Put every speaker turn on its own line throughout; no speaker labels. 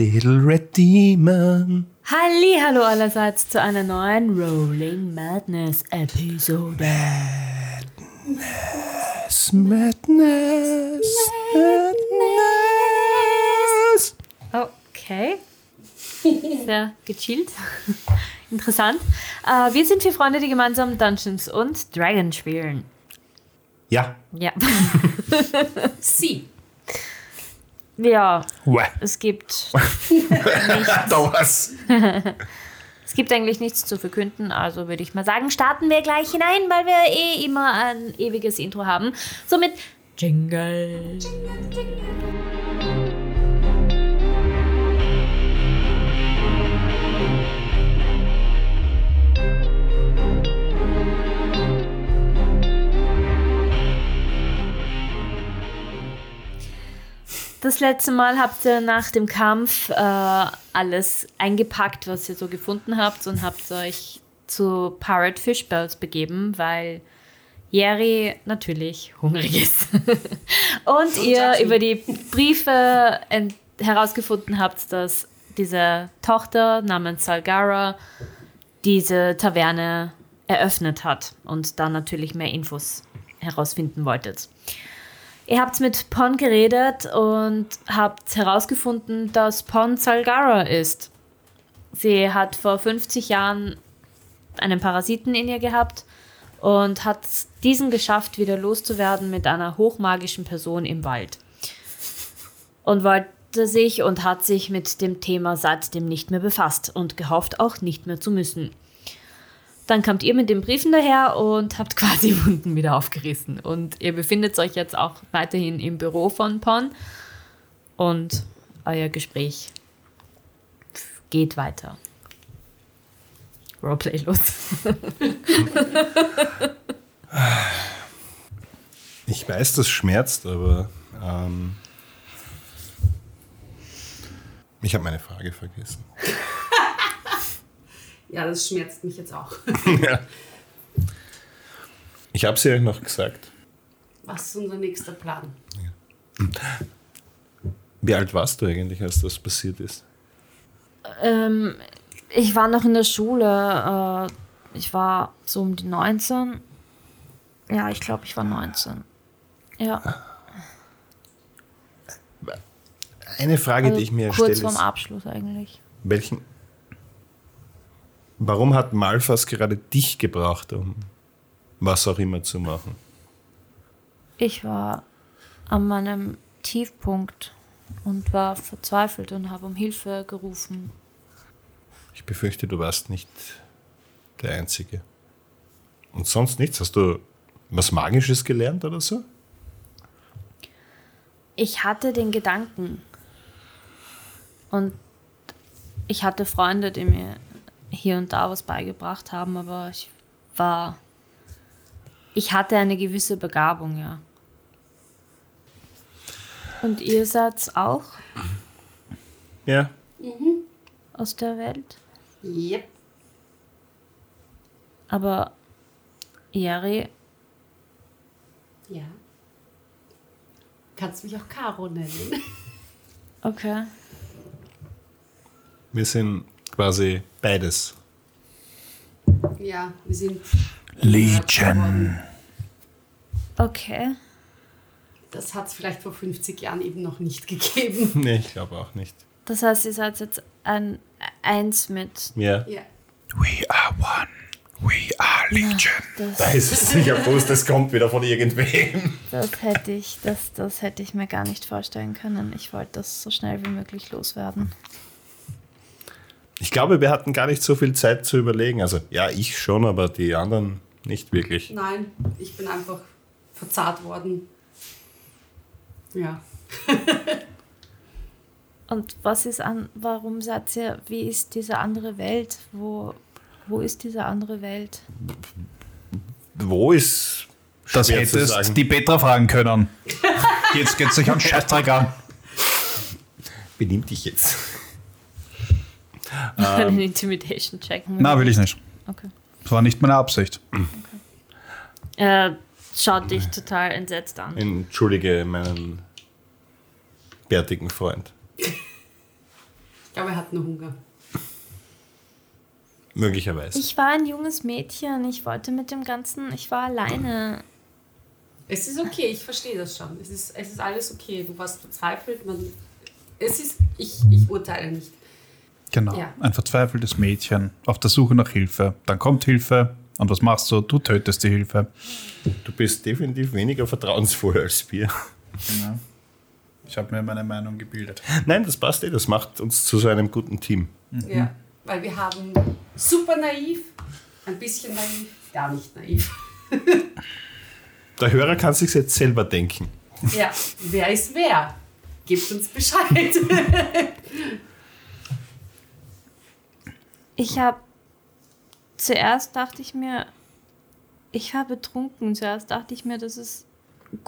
Little Red Demon.
Halli, hallo allerseits zu einer neuen Rolling Madness Episode.
It's Madness. Madness.
Okay. Sehr gechillt. Interessant. Äh, wir sind vier Freunde, die gemeinsam Dungeons und Dragons spielen.
Ja.
Ja.
Sie.
ja,
Uah.
es gibt,
Da war's.
es gibt eigentlich nichts zu verkünden, also würde ich mal sagen, starten wir gleich hinein, weil wir eh immer ein ewiges Intro haben. Somit Jingle. Das letzte Mal habt ihr nach dem Kampf äh, alles eingepackt, was ihr so gefunden habt und habt euch zu Pirate Fishbells begeben, weil Jerry natürlich hungrig ist. und ihr über die Briefe ent- herausgefunden habt, dass diese Tochter namens Salgara diese Taverne eröffnet hat und da natürlich mehr Infos herausfinden wolltet. Ihr habt mit Pon geredet und habt herausgefunden, dass Pon Salgara ist. Sie hat vor 50 Jahren einen Parasiten in ihr gehabt und hat diesen geschafft, wieder loszuwerden mit einer hochmagischen Person im Wald. Und wollte sich und hat sich mit dem Thema seitdem nicht mehr befasst und gehofft, auch nicht mehr zu müssen. Dann kamt ihr mit den Briefen daher und habt quasi Wunden wieder aufgerissen. Und ihr befindet euch jetzt auch weiterhin im Büro von Pon. Und euer Gespräch geht weiter. Roleplay los.
Ich weiß, das schmerzt, aber ähm, ich habe meine Frage vergessen.
Ja, das schmerzt mich jetzt auch.
ja. Ich habe sie euch noch gesagt.
Was ist unser nächster Plan?
Wie alt warst du eigentlich, als das passiert ist?
Ich war noch in der Schule. äh, Ich war so um die 19. Ja, ich glaube, ich war 19. Ja,
Eine Frage, die ich mir stelle,
also kurz vorm
ist,
Abschluss eigentlich.
welchen... Warum hat Malfas gerade dich gebraucht, um was auch immer zu machen?
Ich war an meinem Tiefpunkt und war verzweifelt und habe um Hilfe gerufen.
Ich befürchte, du warst nicht der Einzige. Und sonst nichts? Hast du was Magisches gelernt oder so?
Ich hatte den Gedanken und ich hatte Freunde, die mir hier und da was beigebracht haben, aber ich war... Ich hatte eine gewisse Begabung, ja. Und ihr seid auch
Ja.
aus der Welt?
Yep.
Aber Jerry,
Ja. Kannst mich auch Caro nennen.
okay.
Wir sind quasi beides.
Ja, wir sind.
Legion.
Okay.
Das hat es vielleicht vor 50 Jahren eben noch nicht gegeben.
Nee, ich glaube auch nicht.
Das heißt, ihr seid jetzt ein eins mit.
Ja.
Ja.
We are one. We are Legion.
Das,
Da ist es sicher bloß, das kommt wieder von irgendwem.
das hätte ich, das, das hätte ich mir gar nicht vorstellen können. Ich wollte das so schnell wie möglich loswerden.
Ich glaube, wir hatten gar nicht so viel Zeit zu überlegen. Also, ja, ich schon, aber die anderen nicht wirklich.
Nein, ich bin einfach verzahrt worden. Ja.
Und was ist an, warum seid ihr, wie ist diese andere Welt? Wo, wo ist diese andere Welt?
Wo ist.
Das
schwer zu
hättest
sagen.
die Petra fragen können. Jetzt geht's sich an Scheißdreck an.
Benimm dich jetzt.
Einen Intimidation check.
Na, will ich nicht.
Okay.
Das war nicht meine Absicht.
Er schaut dich total entsetzt an.
Entschuldige meinen bärtigen Freund.
glaube, er hat nur Hunger.
Möglicherweise.
Ich war ein junges Mädchen. Ich wollte mit dem Ganzen, ich war alleine.
Es ist okay, ich verstehe das schon. Es ist, es ist alles okay. Du warst verzweifelt. Man, es ist, ich, ich urteile nicht.
Genau.
Ja.
Ein verzweifeltes Mädchen auf der Suche nach Hilfe. Dann kommt Hilfe. Und was machst du? Du tötest die Hilfe.
du bist definitiv weniger vertrauensvoll als wir.
Genau. Ich habe mir meine Meinung gebildet.
Nein, das passt eh. Das macht uns zu so einem guten Team.
Ja, weil wir haben super naiv, ein bisschen naiv, gar nicht naiv.
Der Hörer kann sich jetzt selber denken.
Ja, wer ist wer? Gebt uns Bescheid.
Ich habe zuerst dachte ich mir, ich war betrunken. Zuerst dachte ich mir, das ist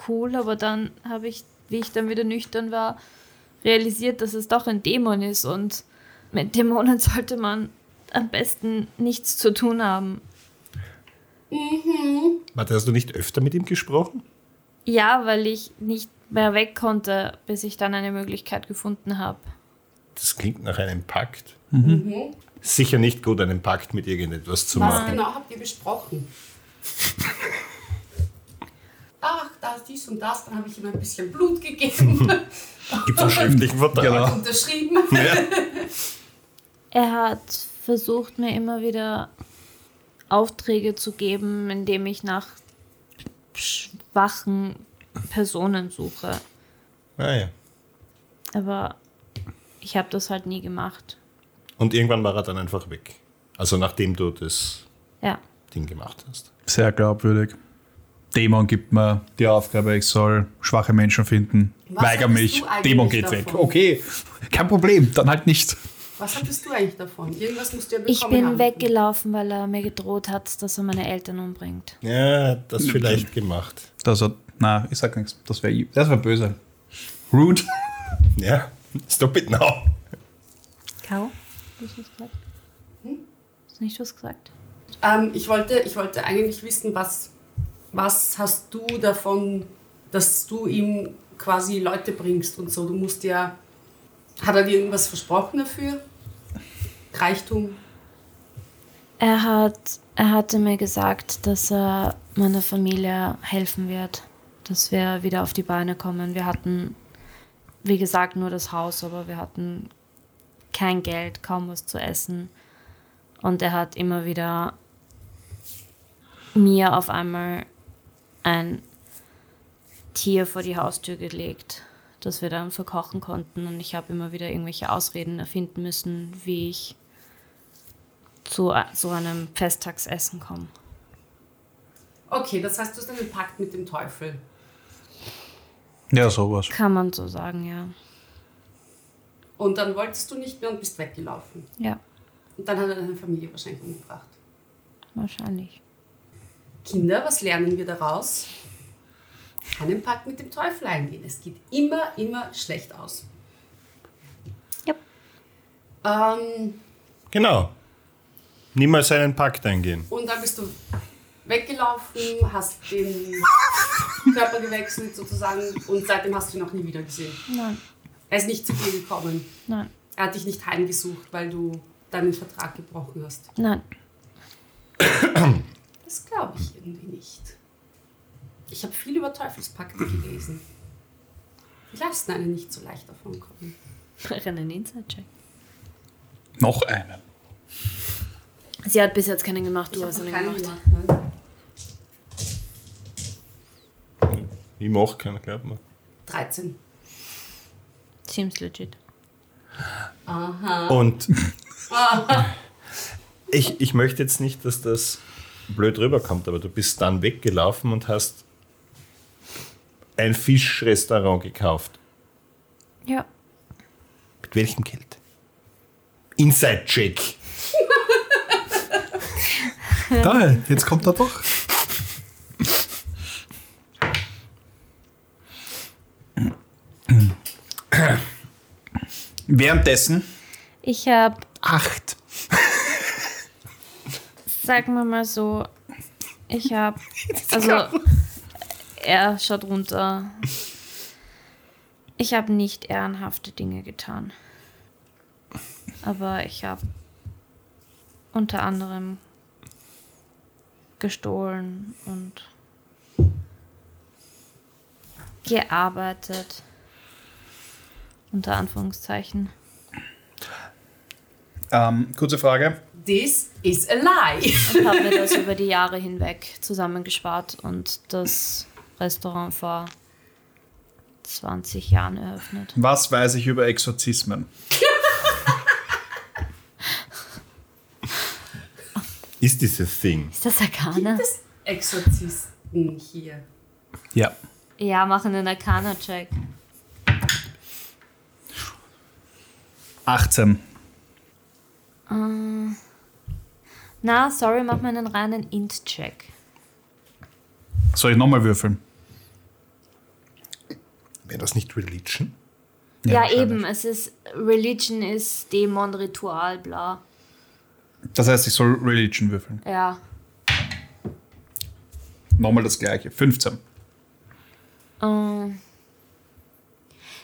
cool, aber dann habe ich, wie ich dann wieder nüchtern war, realisiert, dass es doch ein Dämon ist und mit Dämonen sollte man am besten nichts zu tun haben.
Warte, hast du nicht öfter mit ihm gesprochen?
Ja, weil ich nicht mehr weg konnte, bis ich dann eine Möglichkeit gefunden habe.
Das klingt nach einem Pakt. Sicher nicht gut, einen Pakt mit irgendetwas zu
Was
machen.
genau habt ihr besprochen? Ach, das, dies und das, dann habe ich ihm ein bisschen Blut gegeben,
Gibt es einen schriftlichen Vertrag?
Genau.
unterschrieben.
Ja.
Er hat versucht, mir immer wieder Aufträge zu geben, indem ich nach schwachen Personen suche.
Ah, ja.
Aber ich habe das halt nie gemacht.
Und irgendwann war er dann einfach weg. Also nachdem du das
Ja.
Ding gemacht hast.
Sehr glaubwürdig. Dämon gibt mir die Aufgabe, ich soll schwache Menschen finden.
Was
Weiger
hattest
mich.
du eigentlich
Dämon geht
davon?
weg. Okay. Kein Problem. Dann halt nicht.
Was hattest du eigentlich davon? Irgendwas musst du ja bekommen
Ich bin
haben.
weggelaufen, weil er mir gedroht hat, dass er meine Eltern umbringt.
Ja, er hat das vielleicht gemacht.
Das hat, Also, na, ich sag nichts. Das wäre das wär böse. Rude.
Ja, stop it now.
Kau? Hast du was gesagt? Hm? Hast du nicht was gesagt?
Ähm, ich, wollte, ich wollte eigentlich wissen, was, was hast du davon, dass du ihm quasi Leute bringst und so. Du musst ja. Hat er dir irgendwas versprochen dafür? Reichtum?
Er, hat, er hatte mir gesagt, dass er meiner Familie helfen wird, dass wir wieder auf die Beine kommen. Wir hatten, wie gesagt, nur das Haus, aber wir hatten kein Geld, kaum was zu essen. Und er hat immer wieder mir auf einmal ein Tier vor die Haustür gelegt, das wir dann verkochen konnten. Und ich habe immer wieder irgendwelche Ausreden erfinden müssen, wie ich zu so einem Festtagsessen kommen.
Okay, das heißt, du hast einen Pakt mit dem Teufel.
Ja, sowas.
Kann man so sagen, ja.
Und dann wolltest du nicht mehr und bist weggelaufen.
Ja,
Und dann hat er deine Familie wahrscheinlich umgebracht.
wahrscheinlich.
Kinder, was lernen wir daraus? Keinen Pakt mit dem Teufel eingehen. Es geht immer, immer schlecht aus.
Ja.
Ähm,
Genau. Niemals einen Pakt eingehen.
Und dann bist du weggelaufen, hast den Körper gewechselt sozusagen und seitdem hast du ihn auch nie wieder gesehen.
Nein,
Er ist nicht zu dir gekommen.
nein,
Er hat dich nicht heimgesucht, weil du deinen Vertrag gebrochen hast.
nein.
Das glaube ich irgendwie nicht. Ich habe viel über Teufelspakte gelesen. Die lassen einen nicht so leicht davon kommen.
Rennen Inside-Check.
Noch einen.
Sie hat bis jetzt keinen gemacht, du
Ich
hast
hab
einen
noch keinen
gemacht.
gemacht, nein.
Ich mache keinen, glaubt mir.
13.
Seems legit.
Und ich, ich möchte jetzt nicht, dass das blöd rüberkommt, aber du bist dann weggelaufen und hast ein Fischrestaurant gekauft.
Ja.
Mit welchem Geld? Inside-Check.
Da, jetzt kommt er doch. Währenddessen
Ich habe,
acht.
sagen wir mal so, ich habe, also, er schaut runter. Ich habe nicht ehrenhafte Dinge getan. Aber ich habe unter anderem gestohlen und gearbeitet. Unter Anführungszeichen.
Ähm, kurze Frage.
This is a lie.
Und habe mir das über die Jahre hinweg zusammengespart und das Restaurant vor 20 Jahren eröffnet.
Was weiß ich über Exorzismen?
Ist dieses Thing.
Ist das Arcana?
Gibt es Exorzisten hier?
Ja.
Ja, machen einen Arcana-Check.
18.
Na, sorry, mach mal einen reinen Int-Check.
Soll ich nochmal würfeln?
Wäre das nicht Religion?
Ja,
wahrscheinlich.
eben, es ist Religion ist Dämon, Ritual, bla.
Das heißt, ich soll Religion würfeln.
Ja.
Nochmal das gleiche. 15.
Ähm,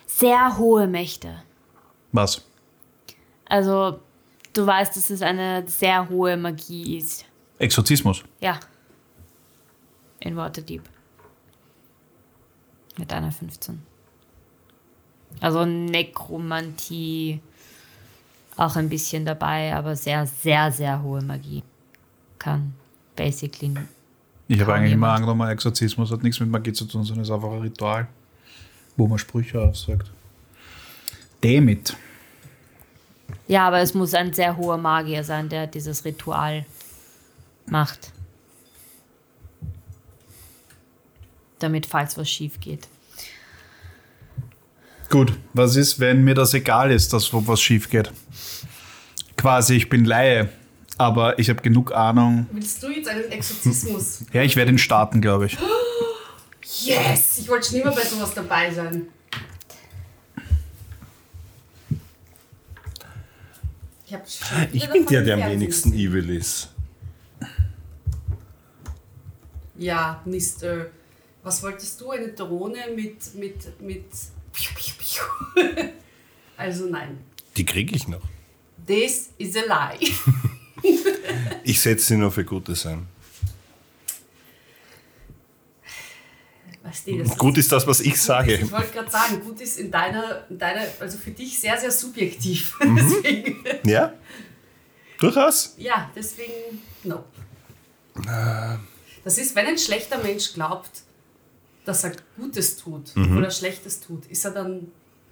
sehr hohe Mächte.
Was?
Also, du weißt, dass es eine sehr hohe Magie ist.
Exorzismus.
Ja. In Waterdeep. Mit einer 15. Also Nekromantie auch ein bisschen dabei, aber sehr, sehr, sehr hohe Magie. Kann basically.
Ich habe
Kaum
eigentlich immer
jemand.
angenommen, Exorzismus hat nichts mit Magie zu tun, sondern ist einfach ein Ritual, wo man Sprüche aufsagt. Damit.
Ja, aber es muss ein sehr hoher Magier sein, der dieses Ritual macht. Damit, falls was schief geht.
Gut, was ist, wenn mir das egal ist, dass wo was schief geht? Quasi, ich bin Laie, aber ich habe genug Ahnung.
Willst du jetzt einen Exorzismus?
Ja, ich werde ihn starten, glaube ich.
Yes! Ich wollte schon immer bei sowas dabei sein. Ich, hab schon wieder
Ich bin der,
davon
der am
Fernsehen
wenigsten
gesehen.
evil ist.
Ja, Mr. Was wolltest du? Eine Drohne mit. mit. mit. Piu, piu, piu. also nein.
Die kriege ich noch.
This is a lie.
Ich setze sie nur für Gutes ein.
Weißt du, das
Gut ist das, was ich sage.
Ich wollte gerade sagen, gut ist in deiner, in deiner, also für dich sehr, sehr subjektiv.
Mhm.
deswegen,
Ja? Durchaus?
ja, deswegen, no.
Äh.
Das ist, wenn ein schlechter Mensch glaubt, dass er Gutes tut
Mhm.
oder Schlechtes tut, ist er dann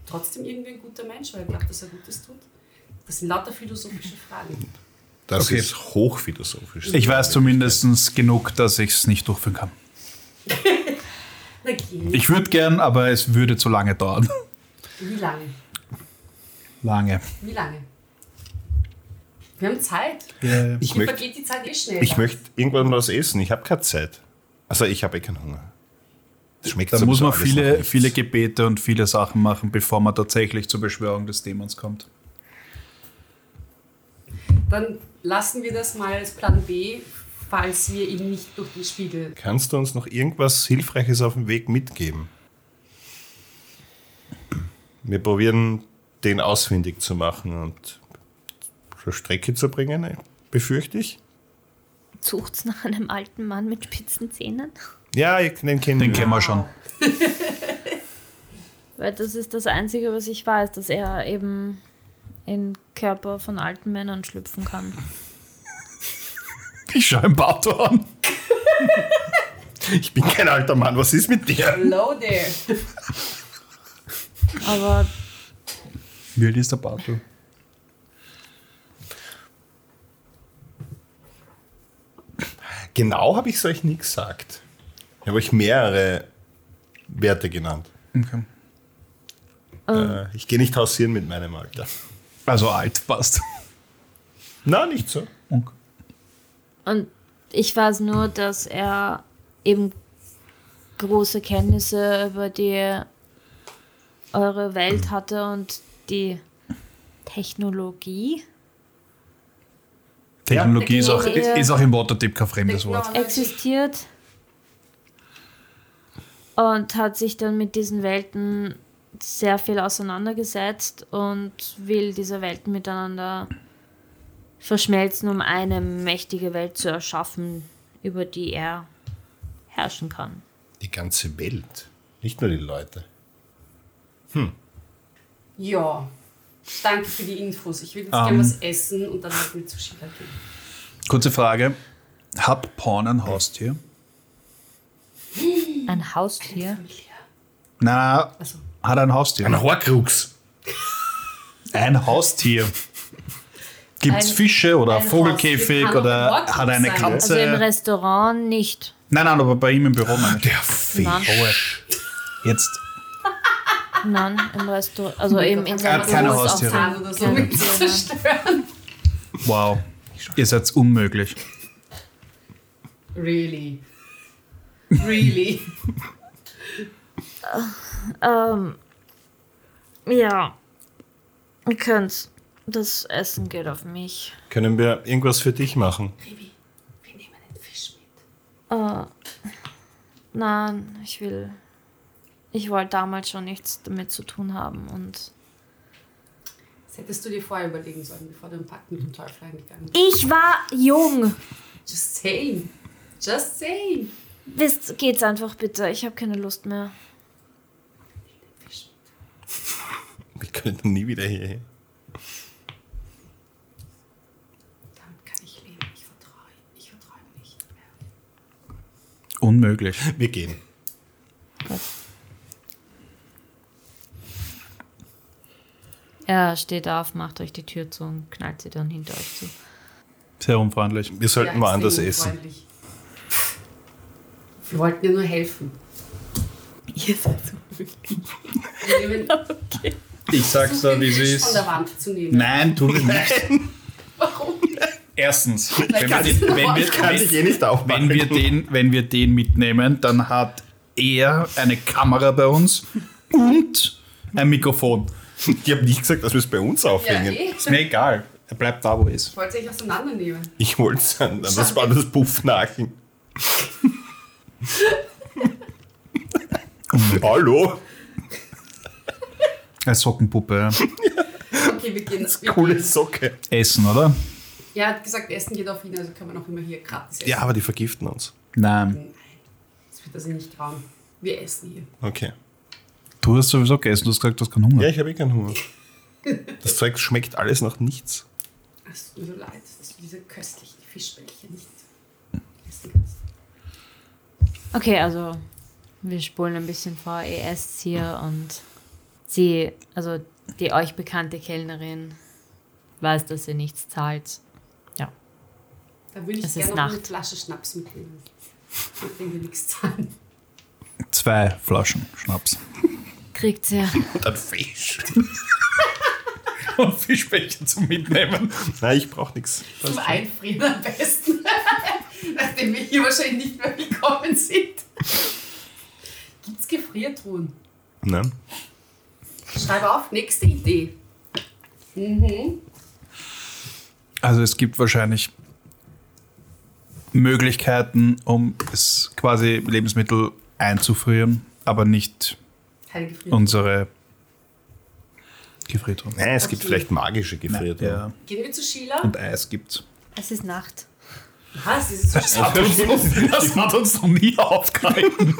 trotzdem irgendwie ein guter Mensch, weil er glaubt, dass er Gutes tut? Das sind lauter philosophische Fragen.
Das
Okay.
ist hochphilosophisch.
Ich weiß zumindest genug, dass ich es nicht durchführen kann.
Na geh,
Ich würde gern, aber es würde zu lange dauern.
wie lange?
Lange.
Wie lange? Wir haben Zeit.
Ich möchte
Mir vergeht die Zeit eh schnell.
ich möchte irgendwann was essen. Ich habe keine Zeit. Also, ich habe eh keinen Hunger. Das schmeckt
Da muss
sowieso
man
alles nach
viele,
nichts.
viele Gebete und viele Sachen machen, bevor man tatsächlich zur Beschwörung des Dämons kommt.
Dann lassen wir das mal als Plan B, falls wir ihn nicht durch den Spiegel.
Kannst du uns noch irgendwas Hilfreiches auf dem Weg mitgeben? Wir probieren, den ausfindig zu machen und zur Strecke zu bringen, befürchte ich.
Sucht's nach einem alten Mann mit spitzen Zähnen?
Ja, den kennen
Den
wir.
kennen wir schon.
Weil das ist das Einzige, was ich weiß, dass er eben in Körper von alten Männern schlüpfen kann.
Ich schaue im Bato an.
Ich bin kein alter Mann, was ist mit dir?
Hello there!
Aber
Wie alt ist der Bato?
Genau habe ich es euch nie gesagt. Ich habe euch mehrere Werte genannt.
Okay.
Äh, ich gehe nicht hausieren mit meinem Alter.
Also alt, passt.
Na, nicht so.
Okay.
und ich weiß nur, dass er eben große Kenntnisse über die eure Welt hatte und die Technologie
Technologie ist, auch,
Technologie.
ist auch im Watertip kein fremdes Wort.
existiert und hat sich dann mit diesen Welten sehr viel auseinandergesetzt und will diese Welten miteinander verschmelzen, um eine mächtige Welt zu erschaffen, über die er herrschen kann.
Die ganze Welt. Nicht nur die Leute.
Ja. Danke für die Infos. Ich will jetzt gerne was essen und dann wird mir zu Sheila gehen.
Kurze Frage. Hab Porn ein Haustier?
Ein
Also
Haustier.
Na,
Also,
hat er ein Haustier.
Ein Horcrux.
Ein Haustier. Gibt es
Ein-
Fische oder
ein Haustier
Vogelkäfig
kann
oder
auch ein Horcrux
hat er eine
sein.
Katze?
Also im Restaurant nicht.
nein, nein, aber bei ihm im Büro meine ich.
Der Fisch.
Nein,
Jetzt.
nein im Restaurant. Also eben in
Er
seinem
hat keine
Büro ist auch
Haustiere.
sein-
Zahn oder so
keine
mit zu
Zähne.
zerstören.
Wow. Ihr seid unmöglich.
Really? Really?
Ähm, ja. Ihr könnt. Das Essen geht auf mich.
Können wir irgendwas für dich machen?
Baby, wir nehmen den Fisch mit.
Äh, nein, ich will. Ich wollte damals schon nichts damit zu tun haben und.
Das hättest du dir vorher überlegen sollen, bevor du im Pakt mit dem Teufel eingegangen bist.
Ich war jung!
Just saying. Just saying.
Wisst, geht's einfach bitte. Ich habe keine Lust mehr.
Fisch mit.
Wir können nie wieder hierher.
Damit kann ich leben. Ich vertraue. Ich vertraue ihm nicht mehr.
Unmöglich.
Wir gehen.
Er steht auf, macht euch die Tür zu und knallt sie dann hinter euch zu.
Sehr unfreundlich.
Wir sollten
Ja,
woanders
extrem
essen.
unfreundlich. Wir wollten dir nur helfen.
Ihr seid so
Wir nehmen
Ich sag's da, wie
Fisch
sie
von
ist.
der Wand zu nehmen.
Nein, tun wir nicht. Erstens, wenn wir, den, wenn, wir, wenn,
eh nicht aufmachen.
wenn, wir den, wenn wir den mitnehmen, dann hat er eine Kamera bei uns und ein Mikrofon.
ich habe nicht gesagt, dass wir es bei uns
Ja,
aufhängen.
eh.
Ist mir egal. Er bleibt da, wo er ist.
Ich wollte dich auseinandernehmen.
Ich wollte es an, an das war das Puffnachen. Hallo?
Als Sockenpuppe.
Okay, wir gehen. wir
Coole
gehen.
Socke.
Essen, oder?
Ja, hat gesagt, Essen geht auf ihn, also kann man auch immer hier gratis essen.
Ja, aber die vergiften uns.
Nein.
Das wird er sich nicht trauen. Wir essen hier.
Okay.
Du hast sowieso gegessen, du hast gesagt, du hast keinen Hunger.
Ja, ich habe eh keinen Hunger. Das Zeug schmeckt alles nach nichts.
Es tut mir so leid, dass du diese köstlichen Fischbällchen nicht essen kannst.
Okay, also wir spulen ein bisschen vor. Ihr esst hier und sie, also die euch bekannte Kellnerin, weiß, dass ihr nichts zahlt. Ja.
Da würde ich
Es ist
gerne noch eine
Nacht.
Flasche Schnaps mitnehmen. Ich denke, nichts zahlen.
Zwei Flaschen Schnaps.
Kriegt sie.
Und ein Fisch.
Und Fischbällchen zum Mitnehmen.
Nein, ich brauche nichts.
Zum Einfrieren am besten. Nachdem wir hier wahrscheinlich nicht mehr willkommen sind. Gibt's Gefriertruhen?
Nein.
Schreib auf, nächste Idee. Mhm.
Also es gibt wahrscheinlich Möglichkeiten, um es quasi Lebensmittel einzufrieren, aber nicht
Keine Gefriertruhe.
unsere Gefriertruhen.
Nein, es gibt vielleicht magische Gefriertruhen.
Ja.
Gehen wir zu Sheila?
Und Eis gibt's.
Es ist Nacht.
Was? Das ist so
Also-
schlimm.
Das hat uns noch nie aufgehalten.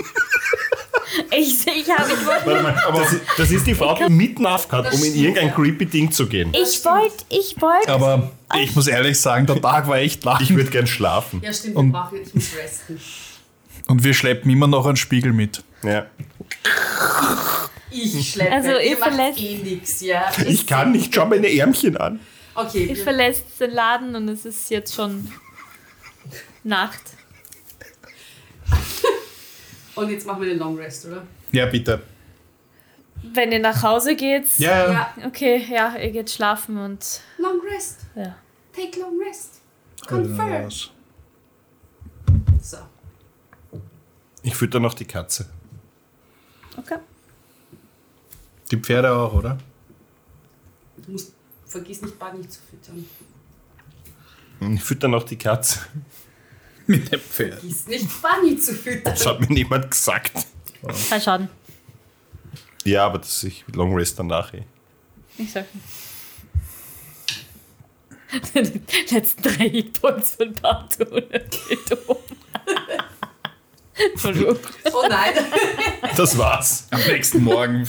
Ich, ich, hab, ich, wollt-
Warte mal, aber das, das ist die Frau, die mitten aufgehört, um in
stimmt,
irgendein
ja.
creepy Ding zu gehen.
ich wollte, ich wollte.
Aber ich muss ehrlich sagen, der Tag war echt lang.
Ich würde gern schlafen.
Ja, stimmt, wir brauchen, ich muss resten.
Und wir schleppen immer noch einen Spiegel mit.
Ja.
Ich schleppe.
Also,
ihr
ihr
macht
verlässt-
eh nix, ja.
Ich kann nicht, schau meine Ärmchen an.
Okay,
Ihr
wir-
verlässt den Laden und es ist jetzt schon Nacht.
und jetzt machen wir den Long Rest, oder?
Ja, bitte.
Wenn ihr nach Hause geht.
Ja, ja.
Ja,
Okay, ja, ihr geht schlafen und
Long Rest.
ja.
Take Long Rest.
Genau
Confirm. So.
Ich fütter noch die Katze.
Okay.
Die Pferde auch, oder?
Du musst, vergiss nicht, Bunny zu füttern.
Ich fütter noch die Katze.
Mit dem Pferd.
Vergiss nicht, Bunny zu füttern.
Das hat mir niemand gesagt.
Drei Schaden.
Ja, aber das ich Long Rest danach eh.
Ich sag nicht. Die letzten drei Hitpoints von Bartu und Beto. Entschuldigung.
Oh nein.
Das war's.
Am nächsten Morgen.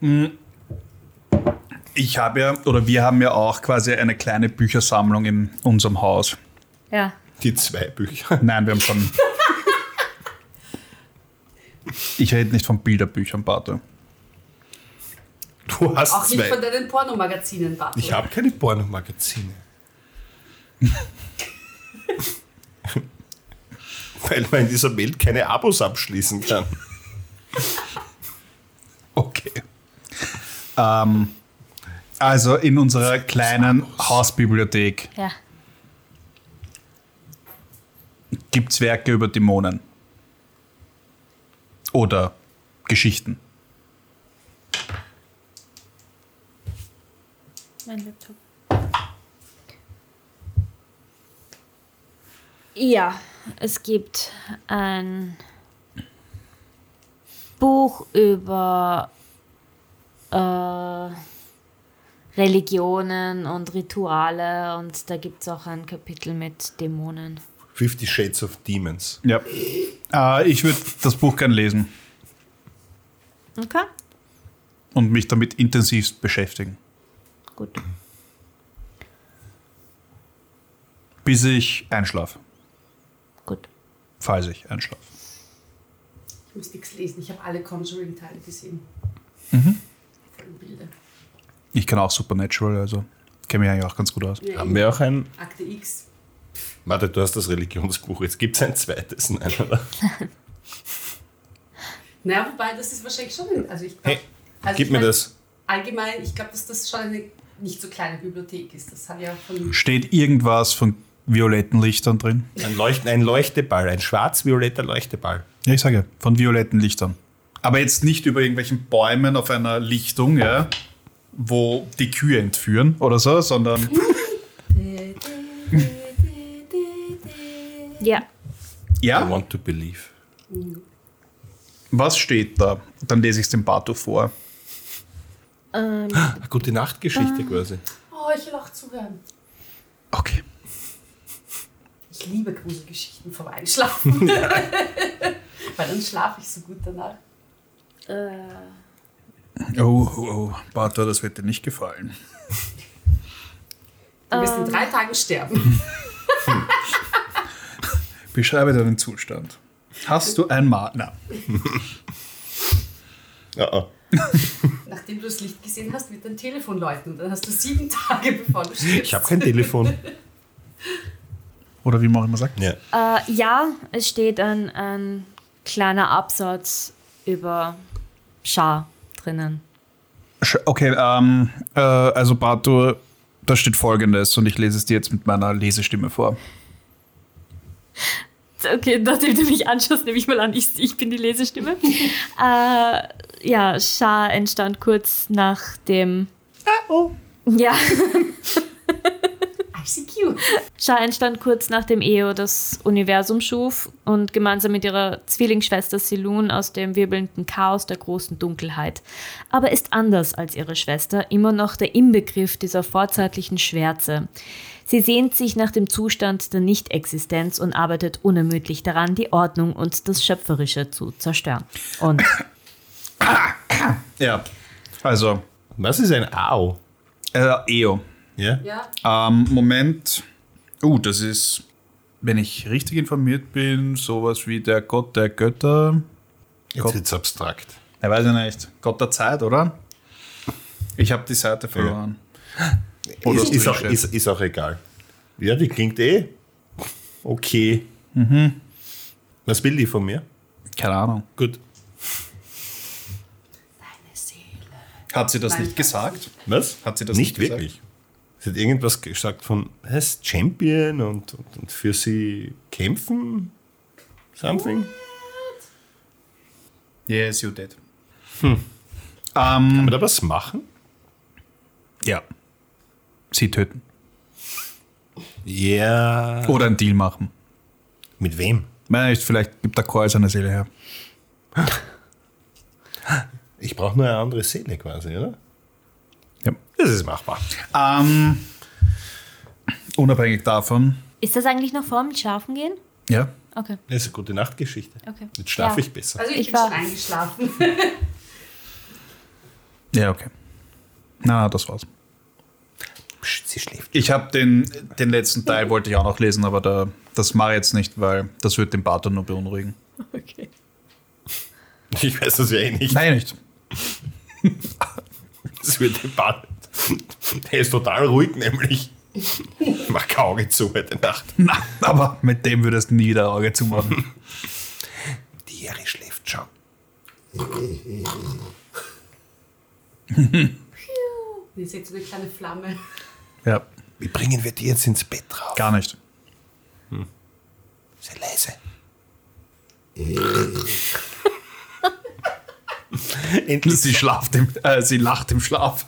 Mm. Ich habe ja, oder wir haben ja auch quasi eine kleine Büchersammlung in unserem Haus.
Ja.
Die zwei Bücher.
Nein, wir haben schon. ich rede nicht von Bilderbüchern, Bartel.
Du hast
Auch nicht von
zwei.
deinen Pornomagazinen, Bart.
Ich habe keine Pornomagazine. Weil man in dieser Welt keine Abos abschließen kann.
Okay. Ähm, also in unserer kleinen Hausbibliothek
Ja.
gibt es Werke über Dämonen. Oder Geschichten.
Mein Laptop. Ja, es gibt ein Buch über äh, Religionen und Rituale und da gibt es auch ein Kapitel mit Dämonen.
Fifty Shades of Demons.
Ja. Äh, ich würde das Buch gern lesen
Okay,
und mich damit intensivst beschäftigen.
gut.
Bis ich einschlafe.
Gut.
Falls ich einschlafe.
Ich muss nichts lesen. Ich habe alle Conjuring-Teile gesehen. Mhm. Bilder.
Ich kann auch Supernatural, also kenne mich eigentlich auch ganz gut aus.
Ja,
Haben wir auch ein.
Akte X.
Warte, du hast das Religionsbuch. Jetzt gibt es ein zweites. Nein, oder?
Naja, wobei, das ist wahrscheinlich schon. ein- Also ich glaub,
Hey,
also
gib
ich
mir
mein,
das.
Allgemein, ich glaube, dass das schon eine nicht so kleine Bibliothek ist. Das hat ja von.
Steht irgendwas von violetten Lichtern drin?
Ein, Leucht ein Leuchteball, ein schwarz-violetter Leuchteball.
Ja, ich sage, von violetten Lichtern. Aber jetzt nicht über irgendwelchen Bäumen auf einer Lichtung, ja, wo die Kühe entführen oder so, sondern
Ja,
I
ja,
want to believe.
was steht da? Dann lese ich es dem Bato vor.
Eine gute Nachtgeschichte quasi.
Oh, ich will auch zuhören.
Okay.
Ich liebe Gruselgeschichten vom Einschlafen. Weil dann schlafe ich so gut danach.
äh,
Oh, oh, oh, Bato, das wird dir nicht gefallen.
Du wirst in drei Tagen sterben.
Beschreibe deinen Zustand. Hast du ein Ma... Na,
Ja, ah.
Nachdem du das Licht gesehen hast, wird dein Telefon läuten. Und dann hast du sieben Tage, bevor du stirbst.
Ich habe kein Telefon.
oder wie man auch immer sagt.
Ja.
Äh, ja, es steht ein, ein kleiner Absatz über Schar drinnen.
Sch- Okay, ähm, äh, also Bato, da steht folgendes und ich lese es dir jetzt mit meiner Lesestimme vor.
Okay, nachdem du mich anschaust, nehme ich mal an, ich, ich bin die Lesestimme. äh, ja, Schar entstand kurz nach dem. Ah, oh. Ja,
ICQ.
Schar entstand kurz nach dem Eo das Universum schuf und gemeinsam mit ihrer Zwillingsschwester Silun aus dem wirbelnden Chaos der großen Dunkelheit. Aber ist anders als ihre Schwester, immer noch der Inbegriff dieser vorzeitlichen Schwärze. Sie sehnt sich nach dem Zustand der Nichtexistenz und arbeitet unermüdlich daran, die Ordnung und das Schöpferische zu zerstören. Und
Ah, Ja, also,
Was ist ein Au?
äh, Eo.
Ja?
Ja,
Ähm, Moment. Uh, das ist, wenn ich richtig informiert bin, sowas wie der Gott der Götter.
Jetzt
Gott.
wird's abstrakt.
Ich weiß ja nicht. Gott der Zeit, oder? Ich habe die Seite verloren. Oder
Ist,
was
ist, auch,
drinsteht.
ist, ist auch egal. Ja, die klingt eh okay. Was will die von mir?
Keine Ahnung.
Mhm. Gut.
deine Seele.
Hat sie das
Nein,
nicht gesagt?
Was?
Hat sie das
nicht
nicht gesagt?
wirklich? Sie hat irgendwas gesagt von heißt Champion und, und, und für sie kämpfen? Something?
Yes, you did. Hm. Ähm,
Kann man da was machen?
Ja. Sie töten.
Ja.
Ah. Oder einen Deal machen.
Mit wem?
Meine ich, vielleicht gibt der Chor seine Seele her.
Ich brauche nur eine andere Seele quasi, oder?
Ja.
Das ist machbar.
Ähm, unabhängig davon,
Ist das eigentlich noch vor dem Schlafen gehen?
ja,
Okay,
Das ist eine gute Nachtgeschichte.
okay.
Jetzt schlafe
Ja.
ich besser.
Also ich,
Ich
bin schon
war-
eingeschlafen.
ja, okay. Na, na, das war's.
Psst, sie schläft.
Ich habe den, den letzten Teil wollte ich auch noch lesen, aber da, das mache ich jetzt nicht, weil das wird den Barton nur beunruhigen.
okay.
Ich weiß das ja eh nicht.
Nein, nicht.
Das wird debattet. Der ist total ruhig, nämlich. Mach kein Auge zu heute Nacht.
Na, aber mit dem würdest du nie wieder ein Auge zumachen.
Die Jere schläft schon.
Ihr seht so eine kleine Flamme.
ja,
Wie bringen wir die jetzt ins Bett drauf?
gar nicht.
Sei leise. Endlich.
Sie, schlaft im, äh, sie lacht im Schlaf.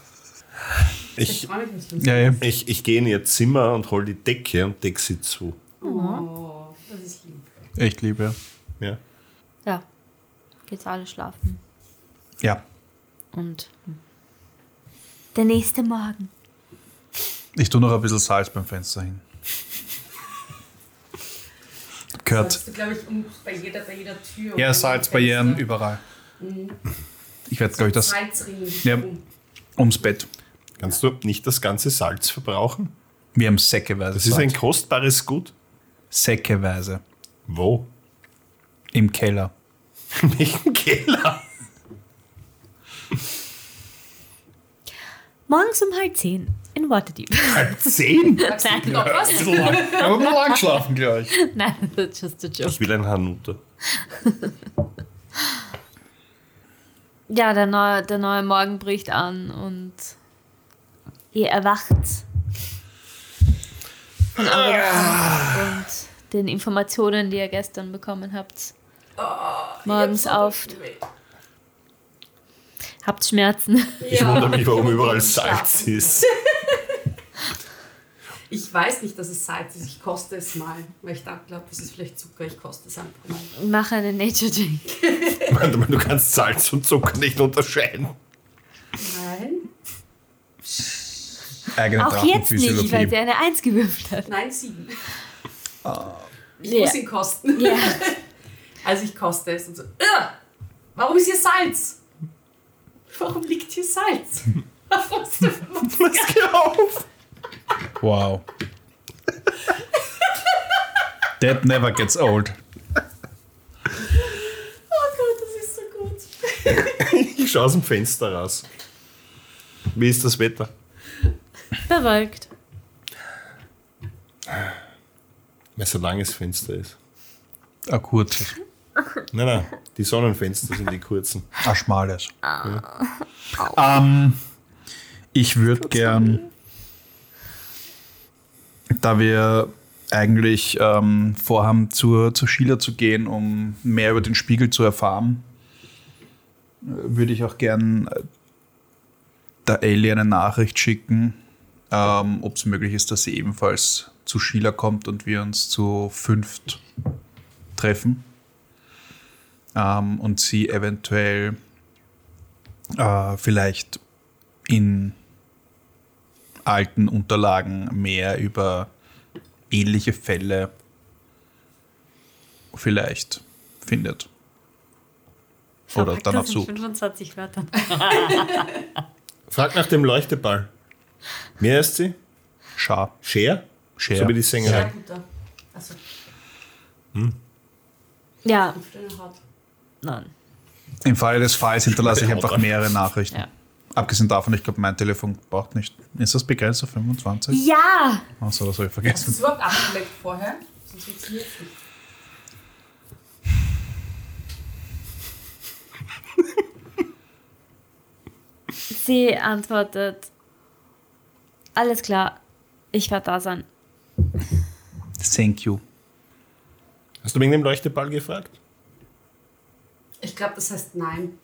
Ich
Ich,
freue mich nicht.
Ja, ja.
ich, ich gehe in ihr Zimmer und hole die Decke und decke sie zu.
Oh, das ist lieb.
Echt lieb, ja.
Ja.
Ja. Geht's alle schlafen.
Ja,
Und der nächste Morgen.
ich tue noch ein bisschen Salz beim Fenster hin. Gehört.
Sollst du, glaube ich, um, bei, jeder, bei jeder Tür. um
Ja,
oder
Salzbarrieren
Fenster.
überall. Ich werde, glaube ich, das
Salzring. Um
Ja. ums Bett.
Kannst du nicht das ganze Salz verbrauchen?
Wir haben säckeweise
Das ist ein
Salz.
kostbares Gut.
Säckeweise.
Wo?
Im Keller.
Nicht im Keller.
Morgens um halb zehn in Waterdeep.
Halb zehn.
Sagst du noch was?
Aber mal lang schlafen gleich.
Nein, that's just a joke.
Ich will ein Hanuta.
Ja, der neue, der neue Morgen bricht an und ihr erwacht. Von Angewohnheit und den Informationen, die ihr gestern bekommen habt. Morgens auf, habt Schmerzen.
Ich wundere mich, warum
Ja.
überall Salz ist.
Ich weiß nicht, dass es Salz ist. Ich koste es mal, weil ich dachte, glaub, das ist vielleicht Zucker. Ich koste es einfach mal.
Mach einen Nature Drink.
Warte mal, du kannst Salz und Zucker nicht unterscheiden.
Nein.
Eigene
Auch jetzt nicht, weil sie eine Eins gewürfelt hat.
Nein, sieben. Ah. Ich
Ja.
muss ihn kosten.
Ja.
Also ich koste es und so. "Ugh, Warum ist hier Salz? Warum liegt hier Salz? Warum ist der
Was auf?
Wow. That never gets old.
Oh Gott, das ist so gut.
Ich schaue aus dem Fenster raus. Wie ist das Wetter?
Bewölkt.
Weil es ein langes Fenster ist.
Ein kurzes.
Nein, nein, die Sonnenfenster sind die kurzen.
Ein schmales. Ähm, ich würde gern, da wir eigentlich ähm, vorhaben, zur, zur Sheila zu gehen, um mehr über den Spiegel zu erfahren, äh, würde ich auch gern äh, der Ellie eine Nachricht schicken, ähm, ob es möglich ist, dass sie ebenfalls zu Sheila kommt und wir uns zu fünft treffen ähm, und sie eventuell äh, vielleicht in alten Unterlagen mehr über ähnliche Fälle vielleicht findet. Oder
Verpackt
danach
das in
sucht.
25 Wörtern.
Frag nach dem Leuchteball. Wie heißt sie?
Schar.
Cher?
Cher.
So wie die
Ja,
Sängerin.
guter. Also,
Ja,
deine Haut.
nein.
Im Falle des Falls hinterlasse ich einfach mehrere Nachrichten.
Ja.
Abgesehen davon, ich glaube, mein Telefon braucht nicht. Ist das begrenzt auf 25?
Ja!
Achso, das
Hast
habe ich
du
vergessen.
es überhaupt abgeleckt vorher? Sonst funktioniert es nicht.
Sie antwortet: Alles klar, ich werde da sein.
Thank you.
Hast du wegen dem Leuchteball gefragt?
Ich glaube, das heißt nein.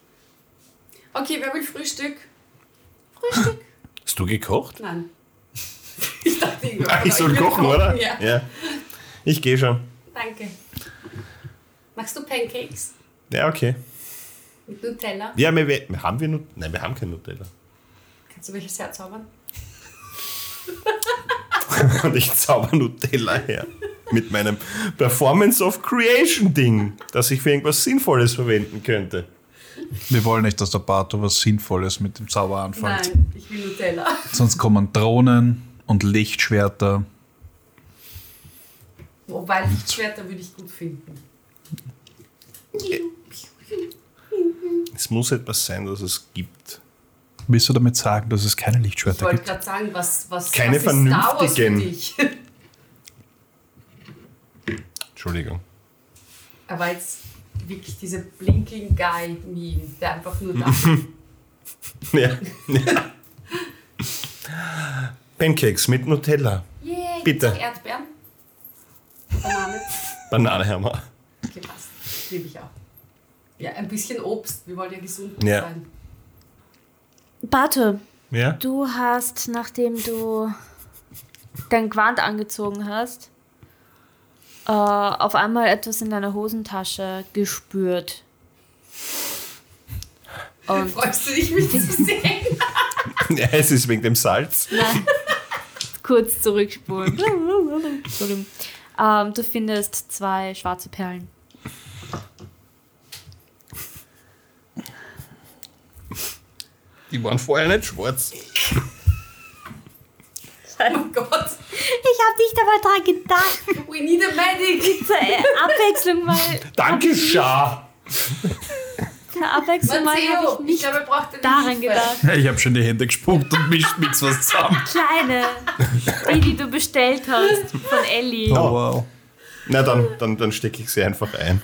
Okay, wer will Frühstück?
Hast du gekocht?
Nein. Ich dachte,
Ah, ich soll
will
kochen, oder?
Ja.
Ich gehe schon.
Danke. Magst du Pancakes
Ja, okay.
mit Nutella?
Ja, wir, wir haben wir Nut Nein, wir haben kein Nutella.
Kannst du welches herzaubern?
Und ich zauber Nutella her. Mit meinem Performance of Creation Ding, das ich für irgendwas Sinnvolles verwenden könnte.
Wir wollen nicht, dass der Bato was Sinnvolles mit dem Zauber anfängt.
Nein, ich will Nutella.
Sonst kommen Drohnen und Lichtschwerter.
Wobei
Hm.
Lichtschwerter würde ich gut finden.
Es muss etwas sein, das es gibt.
Willst du damit sagen, dass es keine
Ich
Lichtschwerter
wollte
gibt?
gerade sagen, was, was,
Keine
was ist Star Wars für
vernünftigen.
dich?
Entschuldigung.
Aber jetzt wirklich diese Blinking Guy-Meme, der einfach nur da
Ja. ja. Pancakes mit Nutella.
Yay, gibt's
Bitte.
auch Erdbeeren? Banane?
Banane haben wir.
Okay, passt. Liebe ich auch. Ja, ein bisschen Obst. Wir wollen ja gesund
Ja.
sein.
Bartu,
Ja?
du hast, nachdem du dein Gewand angezogen hast, äh, auf einmal etwas in deiner Hosentasche gespürt. Und
Freust du dich, mich zu sehen?
ja, es ist wegen dem Salz.
Nein. Kurz zurückspulen. Entschuldigung. ähm, du findest zwei schwarze Perlen.
Die waren vorher nicht schwarz.
Oh Gott.
Ich habe nicht einmal dran gedacht.
We need a medic.
Zur äh, Abwechslung mal.
Danke, Schar.
Zur Abwechslung mal
Matteo,
habe ich
ich
nicht
glaube, er braucht eine
daran
Hilfe.
gedacht.
Ich habe schon die Hände gespuckt und mischt nichts was zusammen.
Kleine, die, die du bestellt hast von Ellie.
Oh.
wow.
Na, dann, dann, dann stecke ich sie einfach ein.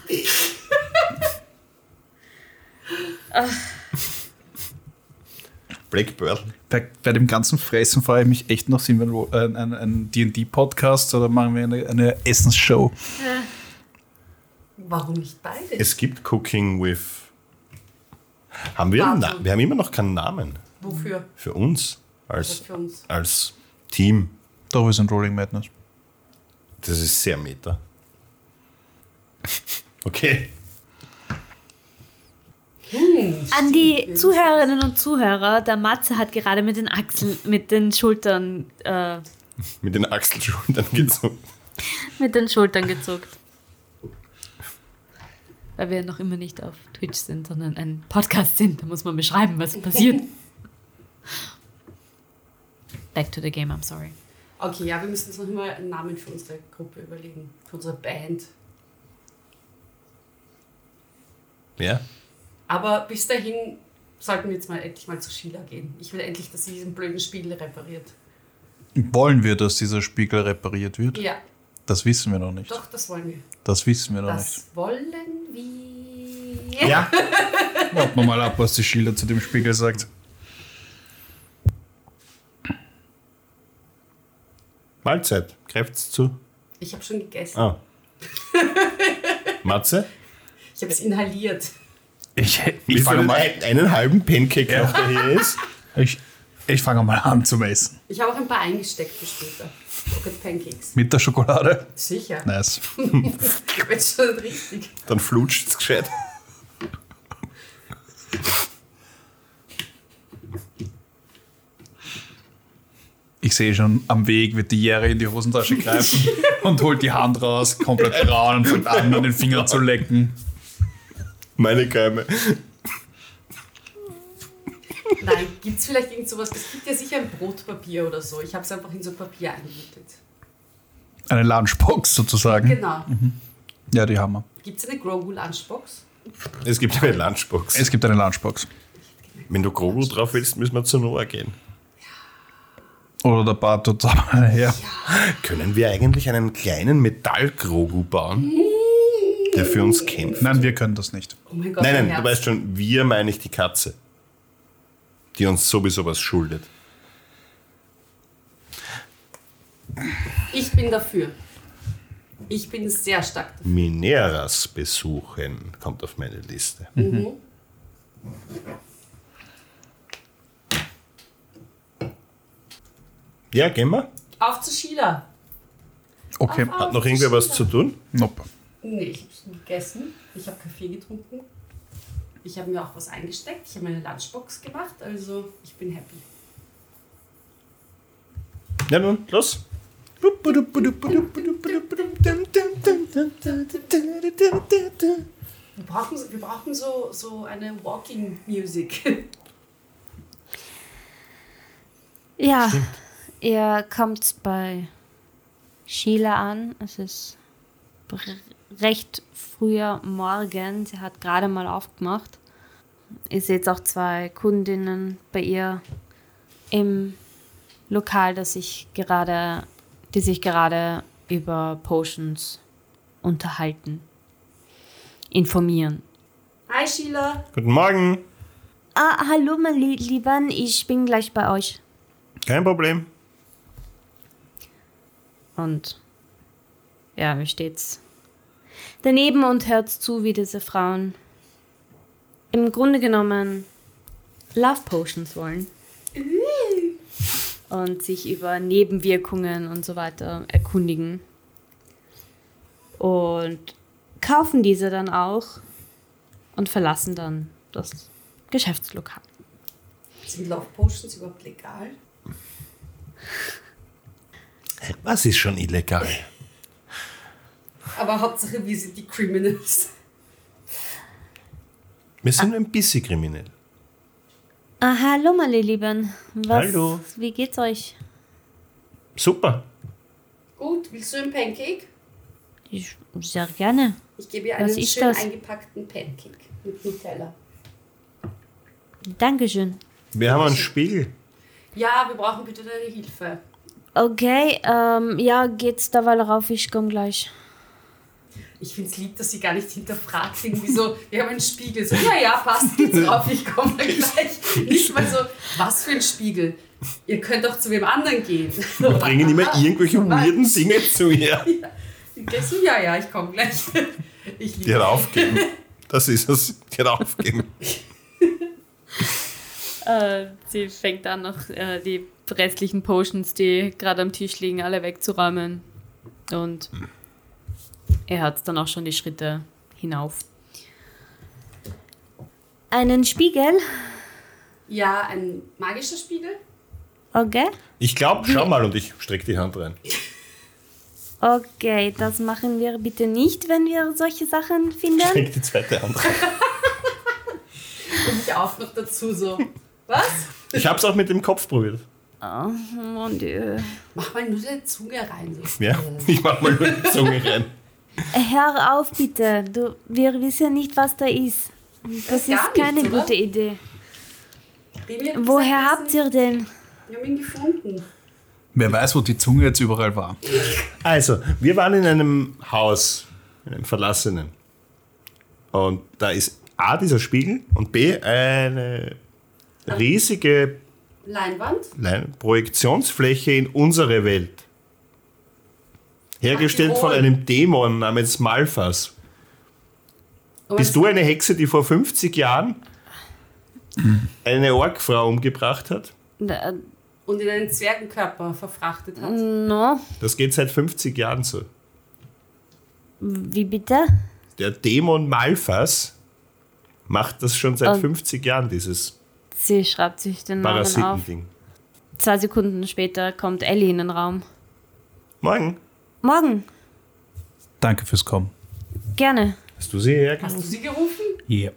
Black Pearl.
Bei, bei dem ganzen Fressen frage ich mich echt noch, sind wir ein Ro- äh, ein- ein- ein DD-Podcast oder machen wir eine, eine Essensshow?
Warum nicht beide?
Es gibt Cooking with. Haben wir, einen
Warte.
Na- wir haben immer noch keinen Namen
Wofür?
für uns als,
Also für uns.
als Team.
Doch, wir sind Rolling Madness.
Das ist sehr meta. Okay.
An die Zuhörerinnen und Zuhörer, der Matze hat gerade mit den Achseln, mit den Schultern, äh,
Mit den Achselschultern gezogen.
mit den Schultern gezuckt. Weil wir noch immer nicht auf Twitch sind, sondern ein Podcast sind. Da muss man beschreiben, was passiert. Back to the game, I'm sorry.
Okay, ja, wir müssen uns noch mal einen Namen für unsere Gruppe überlegen. Für unsere Band.
Ja.
Aber bis dahin sollten wir jetzt mal endlich mal zu Sheila gehen. Ich will endlich, dass sie diesen blöden Spiegel repariert.
Wollen wir, dass dieser Spiegel repariert wird?
Ja,
Das wissen wir noch nicht.
doch, das wollen wir.
Das wissen wir noch nicht.
Das wollen wir.
Ja.
Warten wir mal ab, was die Schilder zu dem Spiegel sagt.
Mahlzeit. Greift's zu.
Ich habe schon gegessen.
Ah. Matze?
Ich habe es inhaliert.
Ich,
Willst du
fange
einen-
mal,
einen, einen halben Pancake noch, der hier ist.
ich, ich fange mal an zu essen.
Ich habe auch ein paar eingesteckt für später. Pocket Pancakes.
Mit der Schokolade?
Sicher.
Nice.
Ich bin schon richtig.
Dann flutscht's gescheit.
Ich sehe schon, am Weg wird die Jere in die Hosentasche greifen und holt die Hand raus, komplett braun und fängt an, an den Finger zu lecken.
Meine Keime.
Nein, gibt es vielleicht irgend sowas? Es gibt ja sicher ein Brotpapier oder so. Ich habe es einfach in so Papier eingebettet.
Eine Lunchbox sozusagen.
Genau.
Ja, die haben wir.
Gibt es eine Grogu Lunchbox?
Es gibt eine Lunchbox.
Es gibt eine Lunchbox.
Wenn du Grogu drauf willst, müssen wir zu Noah gehen.
Oder der Bart tut eine her.
Können wir eigentlich einen kleinen Metall-Grogu bauen, der für uns kämpft?
Nein, wir können das nicht.
Oh mein Gott,
Nein,
mein
nein, du
Herz.
weißt schon, wir meine ich die Katze, die uns sowieso was schuldet.
Ich bin dafür. Ich bin sehr stark dafür.
Mineras besuchen kommt auf meine Liste. Mhm. Ja, gehen wir.
Auf zu Sheila.
Okay.
Auf, auf
Hat noch
zu
irgendwer was
Sheila.
zu tun?
Nope.
Nee, ich habe schon gegessen. Ich habe Kaffee getrunken. Ich habe mir auch was eingesteckt. Ich habe meine Lunchbox gemacht. Also ich bin happy.
Na nun, los.
Wir brauchen, wir brauchen so, so eine Walking Music.
Ja, ihr kommt bei Sheila an. Es ist br- recht früher Morgen. Sie hat gerade mal aufgemacht. Ihr seht auch zwei Kundinnen bei ihr im Lokal, das sich gerade, die sich gerade über Potions unterhalten, informieren.
Hi Sheila.
Guten Morgen.
Ah, hallo, meine Lie- Lieben, ich bin gleich bei euch.
Kein Problem.
Und ja, mir steht's daneben und hört zu, wie diese Frauen im Grunde genommen Love Potions wollen. Und sich über Nebenwirkungen und so weiter erkundigen. Und kaufen diese dann auch und verlassen dann das Geschäftslokal.
Sind Love Potions überhaupt legal?
Was ist schon illegal?
Aber Hauptsache, wir sind die Criminals.
Wir sind ein bisschen kriminell.
Ah, hallo, meine Lieben. Was,
Hallo.
Wie geht's euch?
Super.
Gut, willst du ein Pancake?
Ich, sehr gerne.
Ich gebe ihr
Was
einen
ist
schön
das?
eingepackten Pancake mit Nutella.
Dankeschön.
Wir haben ein Spiel.
Ja, wir brauchen bitte deine Hilfe.
Okay, ähm, ja, geht's derweil rauf, ich komm gleich.
Ich finde es lieb, dass sie gar nicht hinterfragt, irgendwie so, wir haben einen Spiegel. So, ja, ja, passt, geht's drauf, ich komme gleich. Nicht mal so, was für ein Spiegel? Ihr könnt auch zu wem anderen gehen.
Wir bringen immer irgendwelche weirden Dinge zu ihr.
Gehst du? Ja, ja, ich komme gleich. Ich
Die hat
liebe
aufgegeben. Das ist es. Die hat aufgegeben.
Äh, sie fängt an, noch äh, die restlichen Potions, die gerade am Tisch liegen, alle wegzuräumen. Und er hört dann auch schon die Schritte hinauf. Einen Spiegel,
Ja, ein magischer Spiegel.
okay?
Ich glaube, schau mal und ich strecke die Hand rein.
Okay, das machen wir bitte nicht, wenn wir solche Sachen finden.
Streck die zweite Hand rein.
Und ich auch noch dazu so, was?
Ich habe es auch mit dem Kopf probiert.
Oh, mon Dieu.
Mach mal nur deine Zunge rein. So.
Ja, ich mach mal nur die Zunge rein.
Äh, Hör auf bitte, du, wir wissen nicht, was da ist. Das
Gar
ist keine
nichts, oder?
gute Idee.
Baby hat
Woher
gesagt,
habt ihr denn?
Wir haben ihn gefunden.
Wer weiß, wo die Zunge jetzt überall war.
Also, wir waren in einem Haus, in einem verlassenen. Und da ist A, dieser Spiegel und B, eine riesige
Leinwand.
Lein- Projektionsfläche in unsere Welt. Hergestellt
Ach, die
von
Ohren.
einem Dämon namens Malfas.
Aber
Bist du eine Hexe, die vor 50 Jahren Hm. eine Orkfrau umgebracht hat?
Äh,
Und in einen Zwergenkörper verfrachtet
Mm.
hat.
No,
Das geht seit 50 Jahren so.
wie bitte?
Der Dämon Malfas macht das schon seit
Ähm.
50 Jahren, dieses
Sie schreibt sich den Namen auf.
Parasitending.
Zwei Sekunden später kommt Ellie in den Raum.
Morgen.
Morgen,
Danke fürs Kommen.
gerne.
Hast du sie
Hast du
hergeholt?
sie gerufen?
Yeah.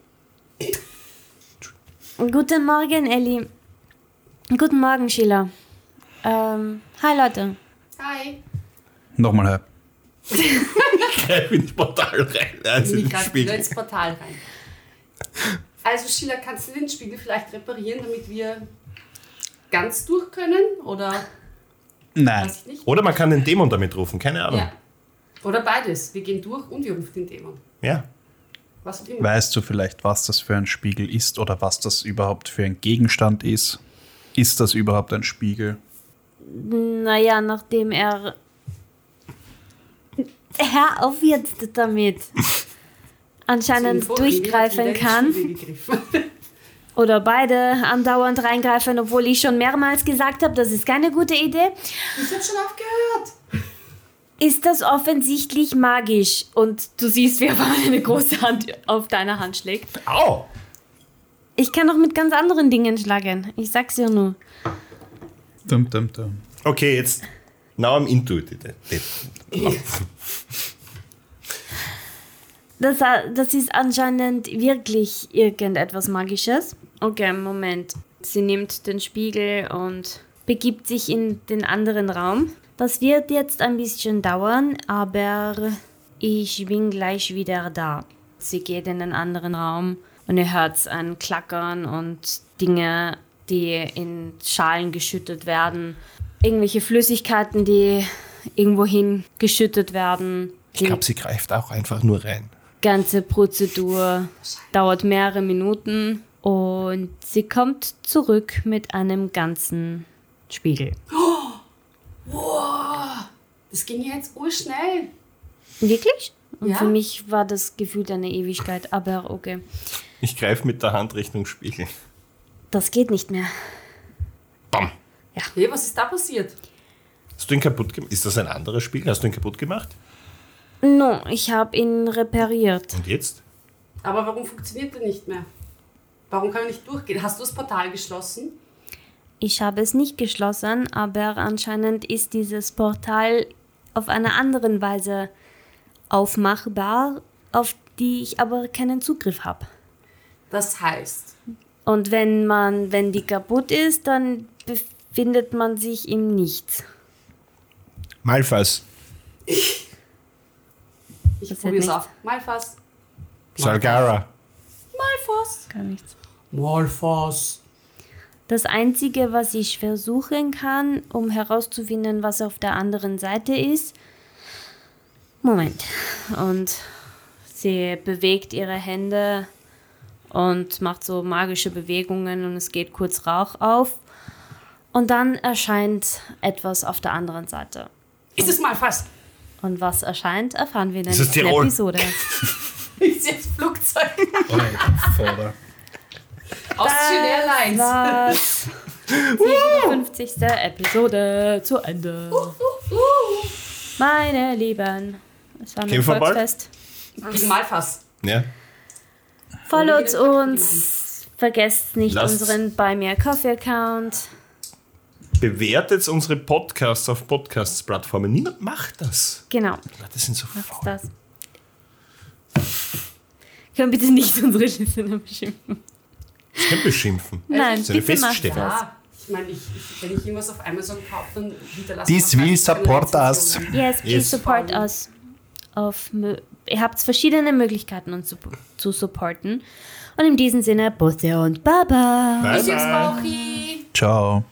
Guten Morgen, Ellie. Guten Morgen, Sheila. Ähm, hi Leute.
Hi.
Nochmal halb.
Ich bin ins Portal rein. Also
bin
in
ich
den
gerade wieder
Spiegel.
ins Portal rein. Also Sheila, kannst du den Spiegel vielleicht reparieren, damit wir ganz durch können? Oder
Nein.
weiß ich nicht.
Oder man kann den Dämon damit rufen, keine Ahnung.
Ja. Oder beides. Wir gehen durch und wir rufen den Dämon.
ja.
Was auch immer.
Weißt du vielleicht, was das für ein Spiegel ist oder was das überhaupt für ein Gegenstand ist? Ist das überhaupt ein Spiegel?
Naja, nachdem er. Hör auf jetzt damit. Anscheinend
Info, Edi
durchgreifen
hat wieder
kann.
ins Spiegel gegriffen.
Oder beide andauernd reingreifen, obwohl ich schon mehrmals gesagt habe, das ist keine gute Idee.
Ich habe schon aufgehört.
ist das offensichtlich magisch. Und du siehst, wie er eine große Hand auf deine Hand schlägt.
Au!
Ich kann auch mit ganz anderen Dingen schlagen. Ich sag's ja nur.
Dum, dum, dum.
Okay, jetzt. Now I'm into it.
Das, ha- das ist anscheinend wirklich irgendetwas Magisches. Okay, Moment. Sie nimmt den Spiegel und begibt sich in den anderen Raum. Das wird jetzt ein bisschen dauern, aber ich bin gleich wieder da. Sie geht in den anderen Raum und ihr hört ein Klackern und Dinge, die in Schalen geschüttet werden. Irgendwelche Flüssigkeiten, die irgendwohin geschüttet werden.
Ich glaube, sie greift auch einfach nur rein.
ganze Prozedur dauert mehrere Minuten und sie kommt zurück mit einem ganzen Spiegel.
Das ging ja jetzt urschnell.
Wirklich? Und
Ja.
für mich war das Gefühl eine Ewigkeit, aber okay.
Ich greife mit der Hand Richtung Spiegel.
Das geht nicht mehr.
Bam!
Hey, was ist da passiert?
Hast du ihn kaputt gemacht? Ist das ein anderes Spiegel? Hast du ihn kaputt gemacht?
No, ich habe ihn repariert.
Und jetzt?
Aber warum funktioniert der nicht mehr? Warum kann er nicht durchgehen? Hast du das Portal geschlossen?
Ich habe es nicht geschlossen, aber anscheinend ist dieses Portal auf einer anderen Weise aufmachbar, auf die ich aber keinen Zugriff habe.
Das heißt,
Und wenn man, wenn die kaputt ist, dann befindet man sich im Nichts.
Malfas,
ich
Das
probiere es
hat
auf. Malfas.
Salgara.
Malfas.
Gar nichts.
Malfas.
Das Einzige, was ich versuchen kann, um herauszufinden, was auf der anderen Seite ist. Moment. Und sie bewegt ihre Hände und macht so magische Bewegungen und es geht kurz Rauch auf. Und dann erscheint etwas auf der anderen Seite.
Ist es Malfas?
Und was erscheint, erfahren wir in der
Ist es
nächsten
Tirol?
Episode.
Ist jetzt Flugzeug?
Oh,
Vorder.
Aus Chanel Lines.
Was? 57. Episode zu Ende.
Uh,
Meine Lieben, es war ein
Kämpfen wir bald?
Volksfest.
Gegen Malfas.
Ja.
Followt uns. Vergesst nicht
Lasst-
unseren bei mir Coffee Account.
Bewertet unsere Podcasts auf Podcasts-Plattformen. Niemand macht das.
Genau,
Die Leute sind so
macht's
faul.
das. Können bitte nicht unsere Listener beschimpfen.
Ich kann beschimpfen.
Nein,
Das ist eine
bitte macht
Feststellung.
das.
Ja, ich meine, ich, ich, wenn ich irgendwas auf Amazon kaufe, dann hinterlasse
Dies
man
will
keine
support us.
Rezensionen.
Yes, please
Yes.
support us. Auf, mö- ihr habt verschiedene Möglichkeiten, uns zu, zu supporten. Und in diesem Sinne, Busse und Baba.
Bye,
Tschüss,
bye.
Bauchi.
Ciao.